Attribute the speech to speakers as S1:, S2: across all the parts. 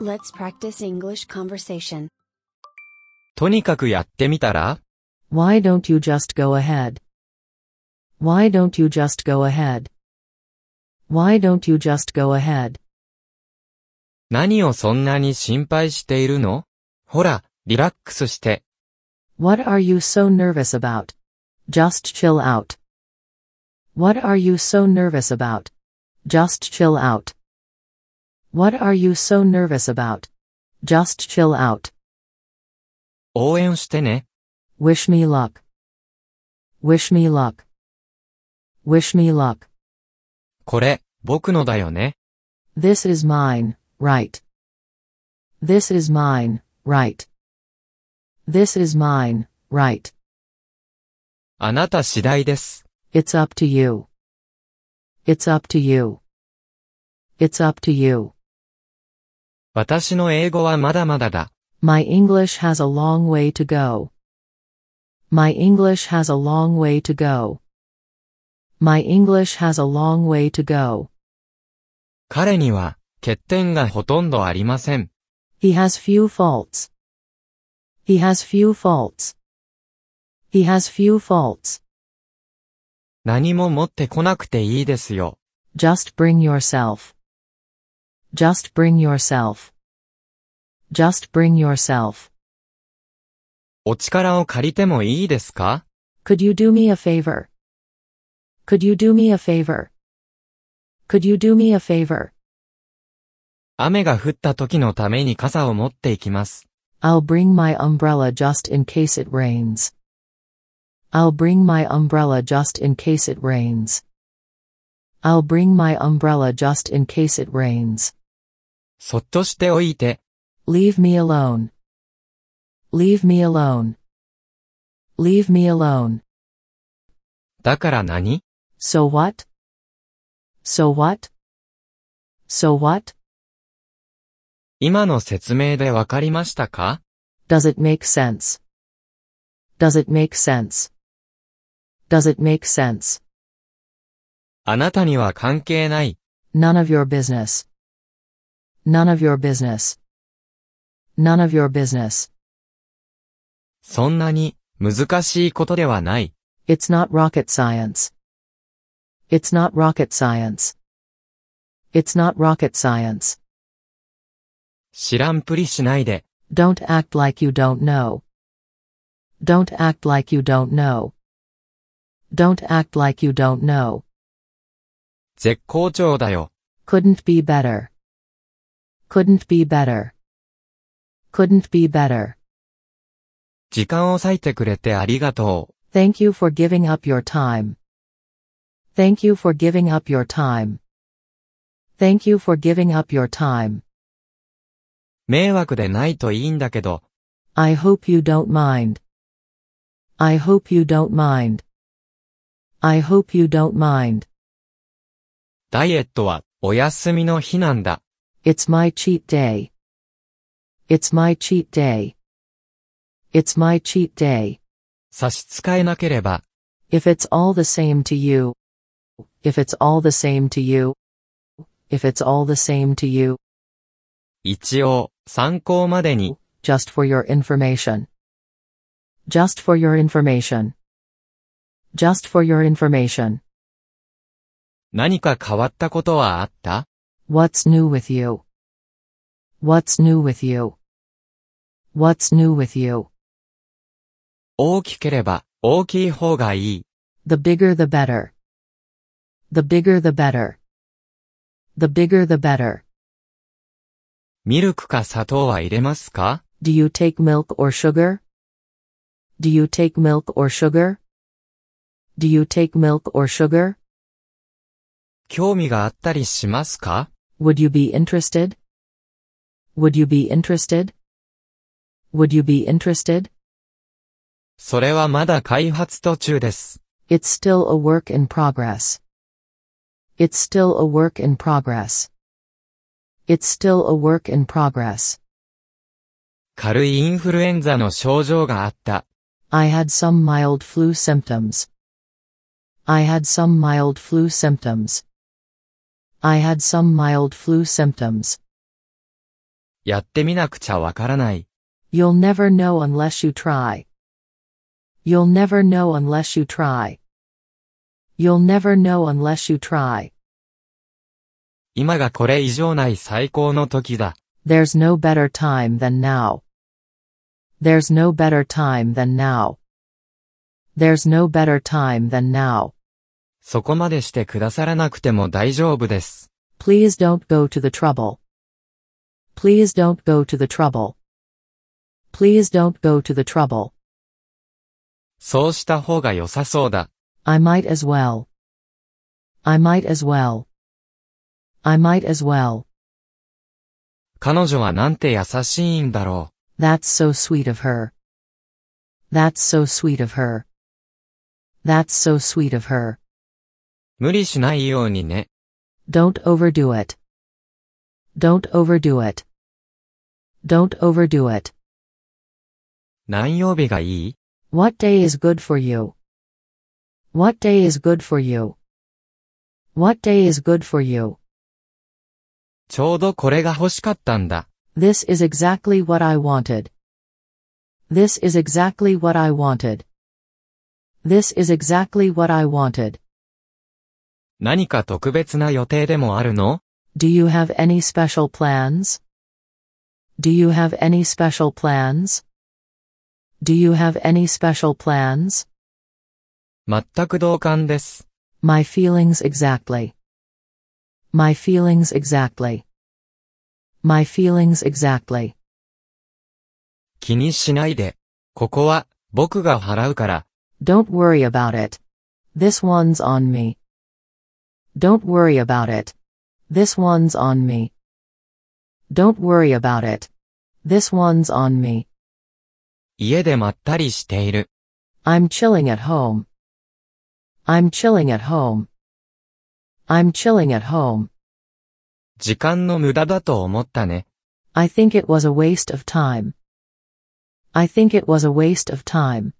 S1: Let's practice English conversation.
S2: とにかくやってみたら
S3: Why don't you just go ahead? Why don't you just go ahead? Why don't you just go ahead?
S2: 何をそんなに心配しているのほら、リラックスして。
S3: What are you so nervous about? Just chill out. What are you so nervous about? Just chill out. What are you so nervous about? Just chill out.
S2: 応援してね。
S3: Wish me luck. Wish me luck. Wish me luck.
S2: これ、僕のだよね。
S3: This is mine, right? This is mine, right? This is mine, right?
S2: あなた次第です。
S3: It's up to you. It's up to you. It's up to you.
S2: 私の英語はまだまだだ。
S3: My English has a long way to go. My English has a long way to go. My English has a long way to go.
S2: 彼には、欠点がほとんどありません。
S3: He has few faults. He has few faults. He has few faults.
S2: 何も持ってこなくていいですよ。
S3: Just bring yourself. Just bring yourself. Just bring yourself.
S2: お力を借りてもいいですか
S3: Could you do me a favor? Could you do me a favor? Could you do me a favor?
S2: 雨が降った時のために傘を持っていきます。
S3: I'll bring my umbrella just in case it rains. I'll bring my umbrella just in case it rains. I'll bring my umbrella just in case it rains.
S2: そっとしておいて、
S3: Leave me alone. Leave me alone. Leave me alone.
S2: だから何
S3: So what? So what? So what?
S2: 今の説明でわかりましたか
S3: Does it make sense? Does it make sense? Does it make sense?
S2: あなたには関係ない。
S3: None of your business. None of your business. None of your business.
S2: そんなに、難しいことではない。
S3: It's not rocket science. It's not rocket science. It's not rocket science.
S2: 知らんぷりしないで。
S3: Don't act like you don't know. Don't act like you don't know. Don't act like you don't know.
S2: 絶好調だよ。
S3: Couldn't be better. Couldn't be better. Couldn't be better.
S2: 時間を割いてくれてありがとう。
S3: Thank you for giving up your time. Thank you for giving up your time. Thank you for giving up your time.
S2: 迷惑でないといいんだけど、
S3: I hope you don't mind. I hope you don't mind. I hope you don't mind.
S2: ダイエットは、お休みの日なんだ。
S3: It's my cheat day. It's my cheat day. It's my cheat day.
S2: 差し支えなければ、
S3: If it's all the same to you. If it's all the same to you. If it's all the same to you.
S2: 一応、参考までに、
S3: Just for your information. Just for your information. Just for your information.
S2: 何か変わったことはあった
S3: What's new with you? What's new with you? What's new with you?
S2: 大きければ、大きい方がいい。
S3: The bigger the better. The bigger the better. The bigger the better.
S2: ミルクか砂糖は入れますか
S3: Do you take milk or sugar? Do you take milk or sugar? Do you take milk or sugar?
S2: 興味があったりしますか
S3: Would you be interested? Would you be interested? Would you be interested?
S2: それはまだ開発途中です。
S3: It's still a work in progress. It's still a work in progress. It's still a work in progress.
S2: 軽いインフルエンザの症状があった。
S3: I had some mild flu symptoms. I had some mild flu symptoms. I had some mild flu symptoms.
S2: やってみなくちゃわからない。
S3: You'll never know unless you try. You'll never know unless you try. You'll never know unless you try.
S2: 今がこれ以上ない最高の時だ。
S3: There's no better time than now. There's no better time than now. There's no better time than now.
S2: そこまでしてくださらなくても大丈夫です。
S3: Please don't go to the trouble. Please don't go to the trouble. Please don't go to the trouble.
S2: そうした方が良さそうだ。
S3: I might as well. I might as well. I might as well.
S2: 彼女はなんて優しいんだろ
S3: That's so sweet of her. That's so sweet of her. That's so sweet of her.
S2: う。無理しないようにね。
S3: Don't overdo it. Don't overdo it. Don't overdo it.
S2: 何曜日がいい
S3: What day is good for you? What day is good for you? What day is good for you?
S2: ちょうどこれが欲しかったんだ。
S3: This is exactly what I wanted. This is exactly what I wanted. This is exactly what I wanted.
S2: 何か特別な予定でもあるの
S3: Do you have any special plans? Do you have any special plans? Do you have any special plans?
S2: 全く同感です。
S3: My feelings exactly. My feelings exactly. My feelings exactly.
S2: 気にしないで。ここは、僕が払うから。
S3: Don't worry about it. This one's on me. Don't worry about it. This one's on me. Don't worry about it. This one's on me.
S2: 家でまったりしている。
S3: I'm chilling at home. I'm chilling at home. I'm chilling at home.
S2: 時間の無駄だと思ったね。
S3: I think it was a waste of time. I think it was a waste of time.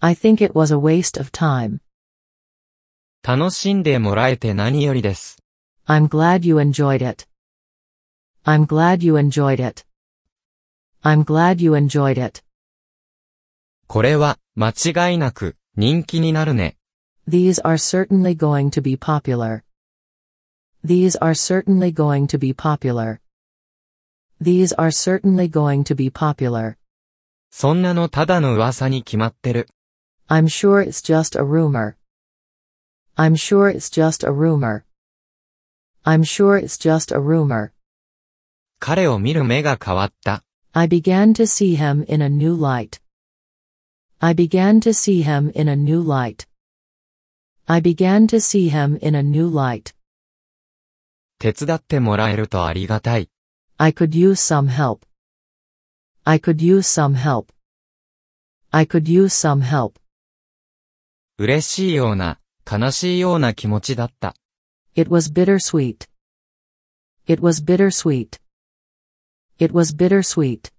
S3: I think it was a waste of time.
S2: 楽しんでもらえて何よりです。
S3: I'm glad you enjoyed it. I'm glad you enjoyed it. I'm glad you enjoyed it.
S2: これは、間違いなく、人気になるね。
S3: These are certainly going to be popular. These are certainly going to be popular. These are certainly going to be popular.
S2: そんなのただの噂に決まってる。
S3: I'm sure it's just a rumor. I'm sure it's just a rumor. I'm sure it's just a rumor.
S2: 彼を見る目が変わった。
S3: I began to see him in a new light. I began to see him in a new light. I began to see him in a new light.
S2: 手伝ってもらえるとありがたい。
S3: I could use some help. I could use some help. I could use some help.
S2: 嬉しいような、悲しいような気持ちだった。
S3: It was bittersweet. It was bittersweet. It was bittersweet.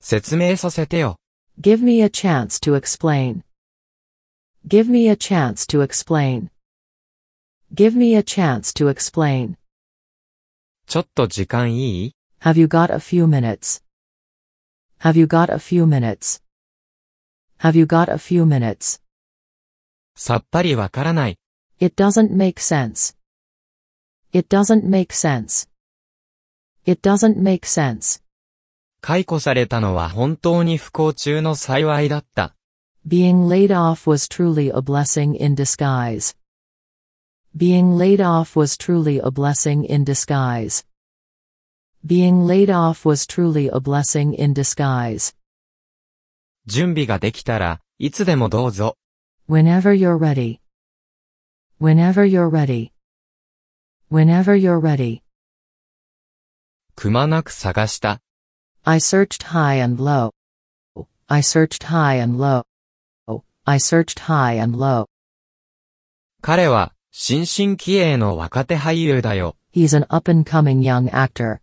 S2: 説明させてよ。
S3: Give me a chance to explain. Give me a chance to explain. Give me a chance to explain.
S2: ちょっと時間いい
S3: Have you got a few minutes? Have you got a few minutes? Have you got a few minutes?
S2: さっぱりわからない。
S3: It doesn't make sense. It doesn't make sense. It doesn't make sense.
S2: 解雇されたのは本当に不幸中の幸いだった。
S3: Being laid off was truly a blessing in disguise. Being laid off was truly a blessing in disguise. Being laid off was truly a blessing in disguise.
S2: 準備ができたら、いつでもどうぞ。
S3: Whenever you're ready. Whenever you're ready. Whenever you're ready.
S2: くまなく探した。
S3: I searched high and low. I searched high and low. I searched high and low.
S2: 彼は、新進気鋭の若手俳優だよ。
S3: He's an up and coming young actor.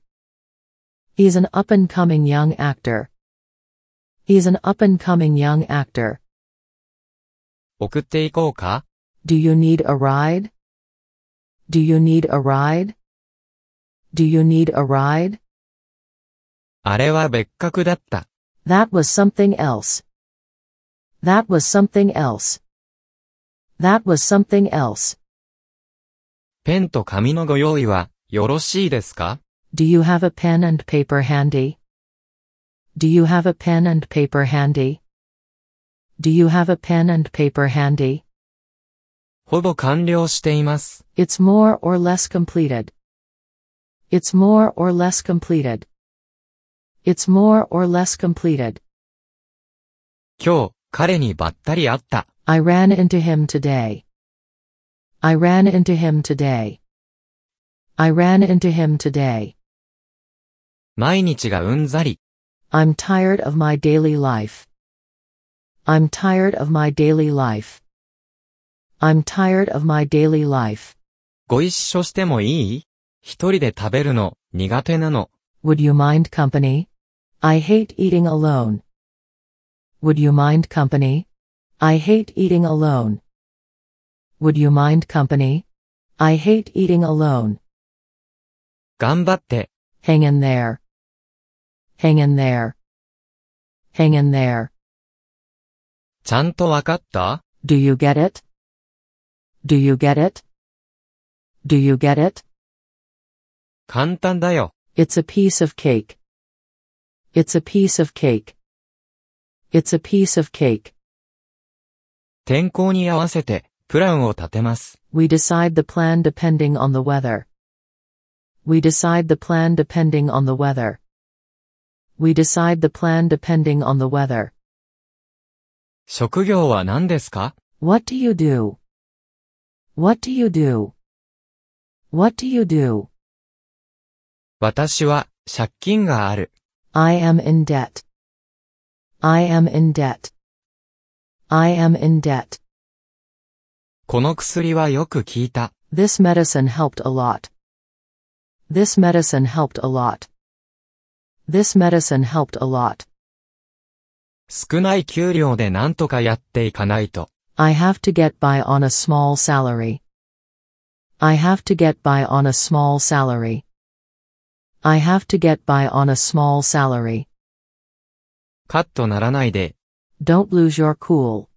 S3: He's an up and coming young actor. He's an up and coming young actor.
S2: 送っていこうか
S3: Do you need a ride? Do you need a ride? Do you need a ride?
S2: あれは別格だった。
S3: That was something else. That was something else. That was something else.
S2: ペンと紙のご用意はよろしいですか
S3: Do you have a pen and paper handy? Do you have a pen and paper handy? Do you have a pen and paper handy?
S2: ほぼ完了しています。
S3: It's more or less completed. It's more or less completed. It's more or less completed.
S2: 今日、彼にばったり会った。
S3: I ran into him today. I ran into him today. I ran into him today.
S2: 毎日がうんざり。
S3: I'm tired of my daily life. I'm tired of my daily life. I'm tired of my daily life.
S2: ご一緒してもいい一人で食べるの苦手なの。
S3: Would you mind company? I hate eating alone. Would you mind company? I hate eating alone. Would you mind company? I hate eating alone.
S2: 頑張って。
S3: Hang in there. Hang in there. Hang in there.
S2: ちゃんとわかった
S3: Do you get it? Do you get it? Do you get it?
S2: 簡単だよ。
S3: It's a piece of cake. It's a piece of cake. It's a piece of cake.
S2: 天候に合わせて、プランを立てます。
S3: We decide the plan depending on the weather. We decide the plan depending on the weather. We decide the plan depending on the weather.
S2: 職業は何ですか
S3: What do you do? What do you do? What do you do?
S2: 私は、借金がある。
S3: I am in debt. I am in debt. I am in debt.
S2: この薬はよく効いた。
S3: This medicine helped a lot. This medicine helped a lot. This medicine helped a lot.
S2: 少ない給料で何とかやっていかないと。
S3: I have to get by on a small salary. I have to get by on a small salary. I have to get by on a small salary.
S2: カッとならないで、
S3: Don't lose your cool.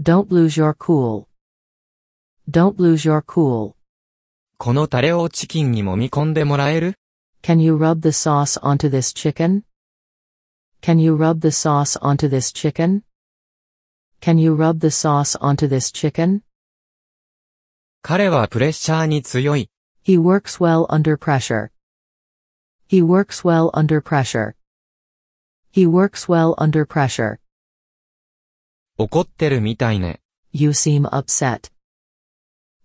S3: Don't lose your cool. Don't lose your cool.
S2: このタレをチキンに揉み込んでもらえる
S3: Can you rub the sauce onto this chicken? Can you rub the sauce onto this chicken? Can you rub the sauce onto this chicken?
S2: 彼はプレッシャーに強い。
S3: He works well under pressure. He works well under pressure. He works well under pressure.
S2: 怒ってるみたいね。
S3: You seem upset.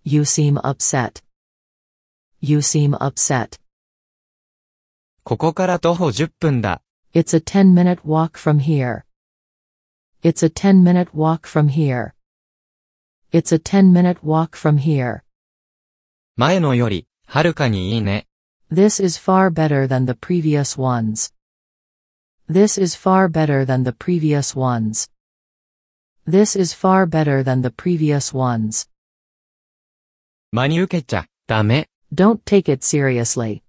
S3: You seem upset. You seem upset.
S2: ここから徒歩10分だ。
S3: It's a 10 minute walk from here. It's a 10 minute walk from here. It's a 10 minute walk from here.
S2: 前のより、はるかにいいね。
S3: This is far better than the previous ones. This is far better than the previous ones. This is far better than the previous ones.
S2: 真に受けちゃ、ダメ。
S3: Don't take it seriously.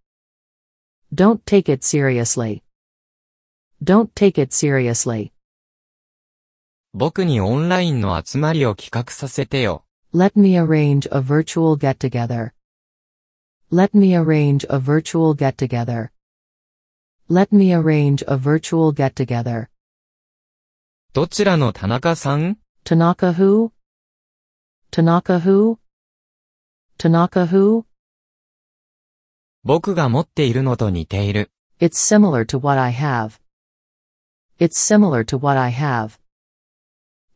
S3: Don't take it seriously. Don't take it seriously.
S2: 僕にオンラインの集まりを企画させてよ。
S3: Let me arrange a virtual get together. Let me arrange a virtual get together. Let me arrange a virtual get together.
S2: どちらの田中さん
S3: Tanaka who? Tanaka who? Tanaka who?
S2: 僕が持っているのと似ている。
S3: It's similar to what I have. It's similar to what I have.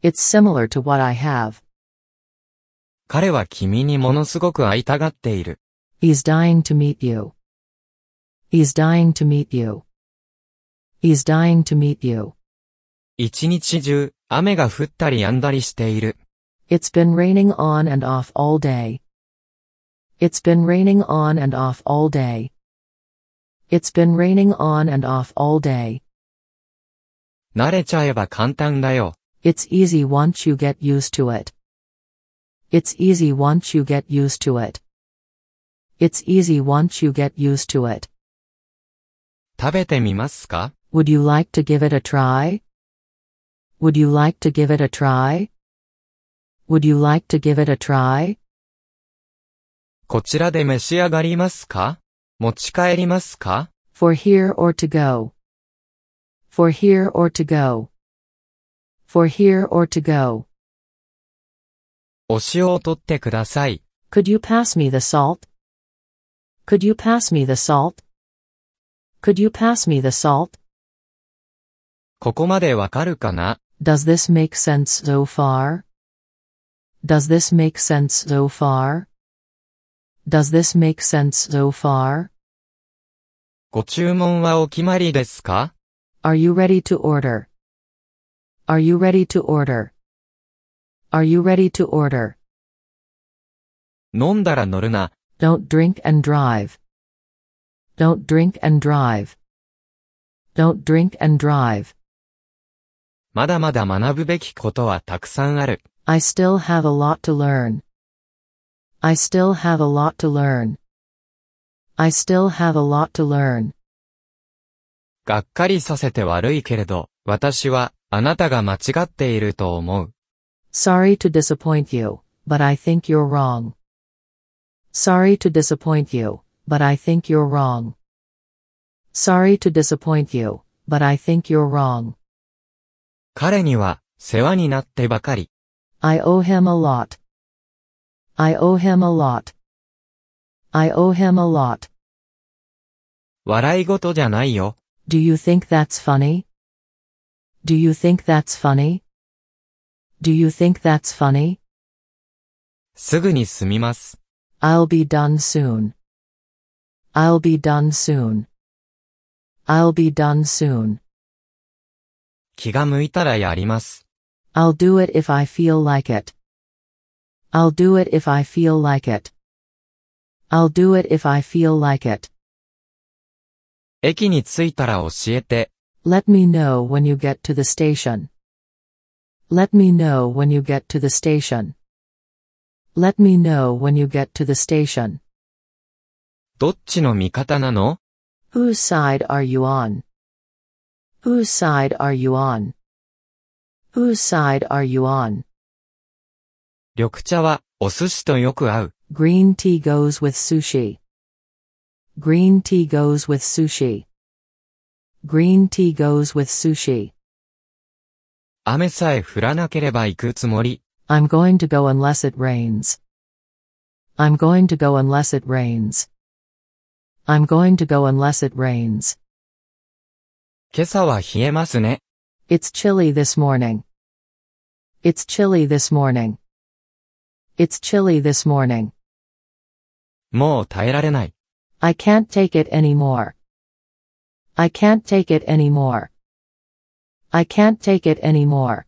S3: It's similar to what I have.
S2: 彼は君にものすごく会いたがっている。
S3: He's dying to meet you. He's dying to meet you. He's dying to meet you.
S2: 一日中、雨が降ったり止んだりしている。
S3: It's been raining on and off all day. It's been raining on and off all day. It's been raining on and off all day.
S2: 慣れちゃえば簡単だよ。
S3: It's easy once you get used to it. It's easy once you get used to it. It's easy once you get used to it.
S2: 食べてみますか
S3: Would you like to give it a try? Would you like to give it a try? Would you like to give it a try?
S2: こちらで召し上がりますか持ち帰りますか
S3: For here or to go. For here or to go. For here or to go.
S2: お塩を取ってください。
S3: Could you pass me the salt? Could you pass me the salt? Could you pass me the salt?
S2: ここまでわかるかな
S3: Does this make sense so far? Does this make sense so far? Does this make sense so far?
S2: ご注文はお決まりですか
S3: Are you ready to order? Are you ready to order? Are you ready to order?
S2: 飲んだら乗るな。
S3: Don't drink and drive. Don't drink and drive. Don't drink and drive.
S2: まだまだ学ぶべきことはたくさんある。
S3: I still have a lot to learn. I still have a lot to learn. I still have a lot to learn.
S2: がっかりさせて悪いけれど、私はあなたが間違っていると思う。
S3: Sorry to disappoint you, but I think you're wrong. Sorry to disappoint you, but I think you're wrong. Sorry to disappoint you, but I think you're wrong.
S2: 彼には世話になってばかり。
S3: I owe him a lot. I owe him a lot. I owe him a lot.
S2: 笑い事じゃないよ。
S3: Do you think that's funny? Do you think that's funny? Do you think that's funny?
S2: すぐに済みます。
S3: I'll be done soon. I'll be done soon. I'll be done soon.
S2: 気が向いたらやります。
S3: I'll do it if I feel like it. I'll do it if I feel like it. I'll do it if I feel like it.
S2: 駅に着いたら教えて。
S3: Let me know when you get to the station. Let me know when you get to the station. Let me know when you get to the station.
S2: どっちの味方なの
S3: Whose side are you on? Whose side are you on? Whose side are you on?
S2: 緑茶はお寿司とよく合う。
S3: Green tea goes with sushi. Green tea goes with sushi. Green tea goes with sushi.
S2: 雨さえ降らなければ行くつもり。
S3: I'm going to go unless it rains. I'm going to go unless it rains. I'm going to go unless it rains.
S2: 今朝は冷えますね。
S3: It's chilly this morning. It's chilly this morning. It's chilly this morning.
S2: もう耐えられない。
S3: I can't take it anymore. I can't take it anymore. I can't take it anymore.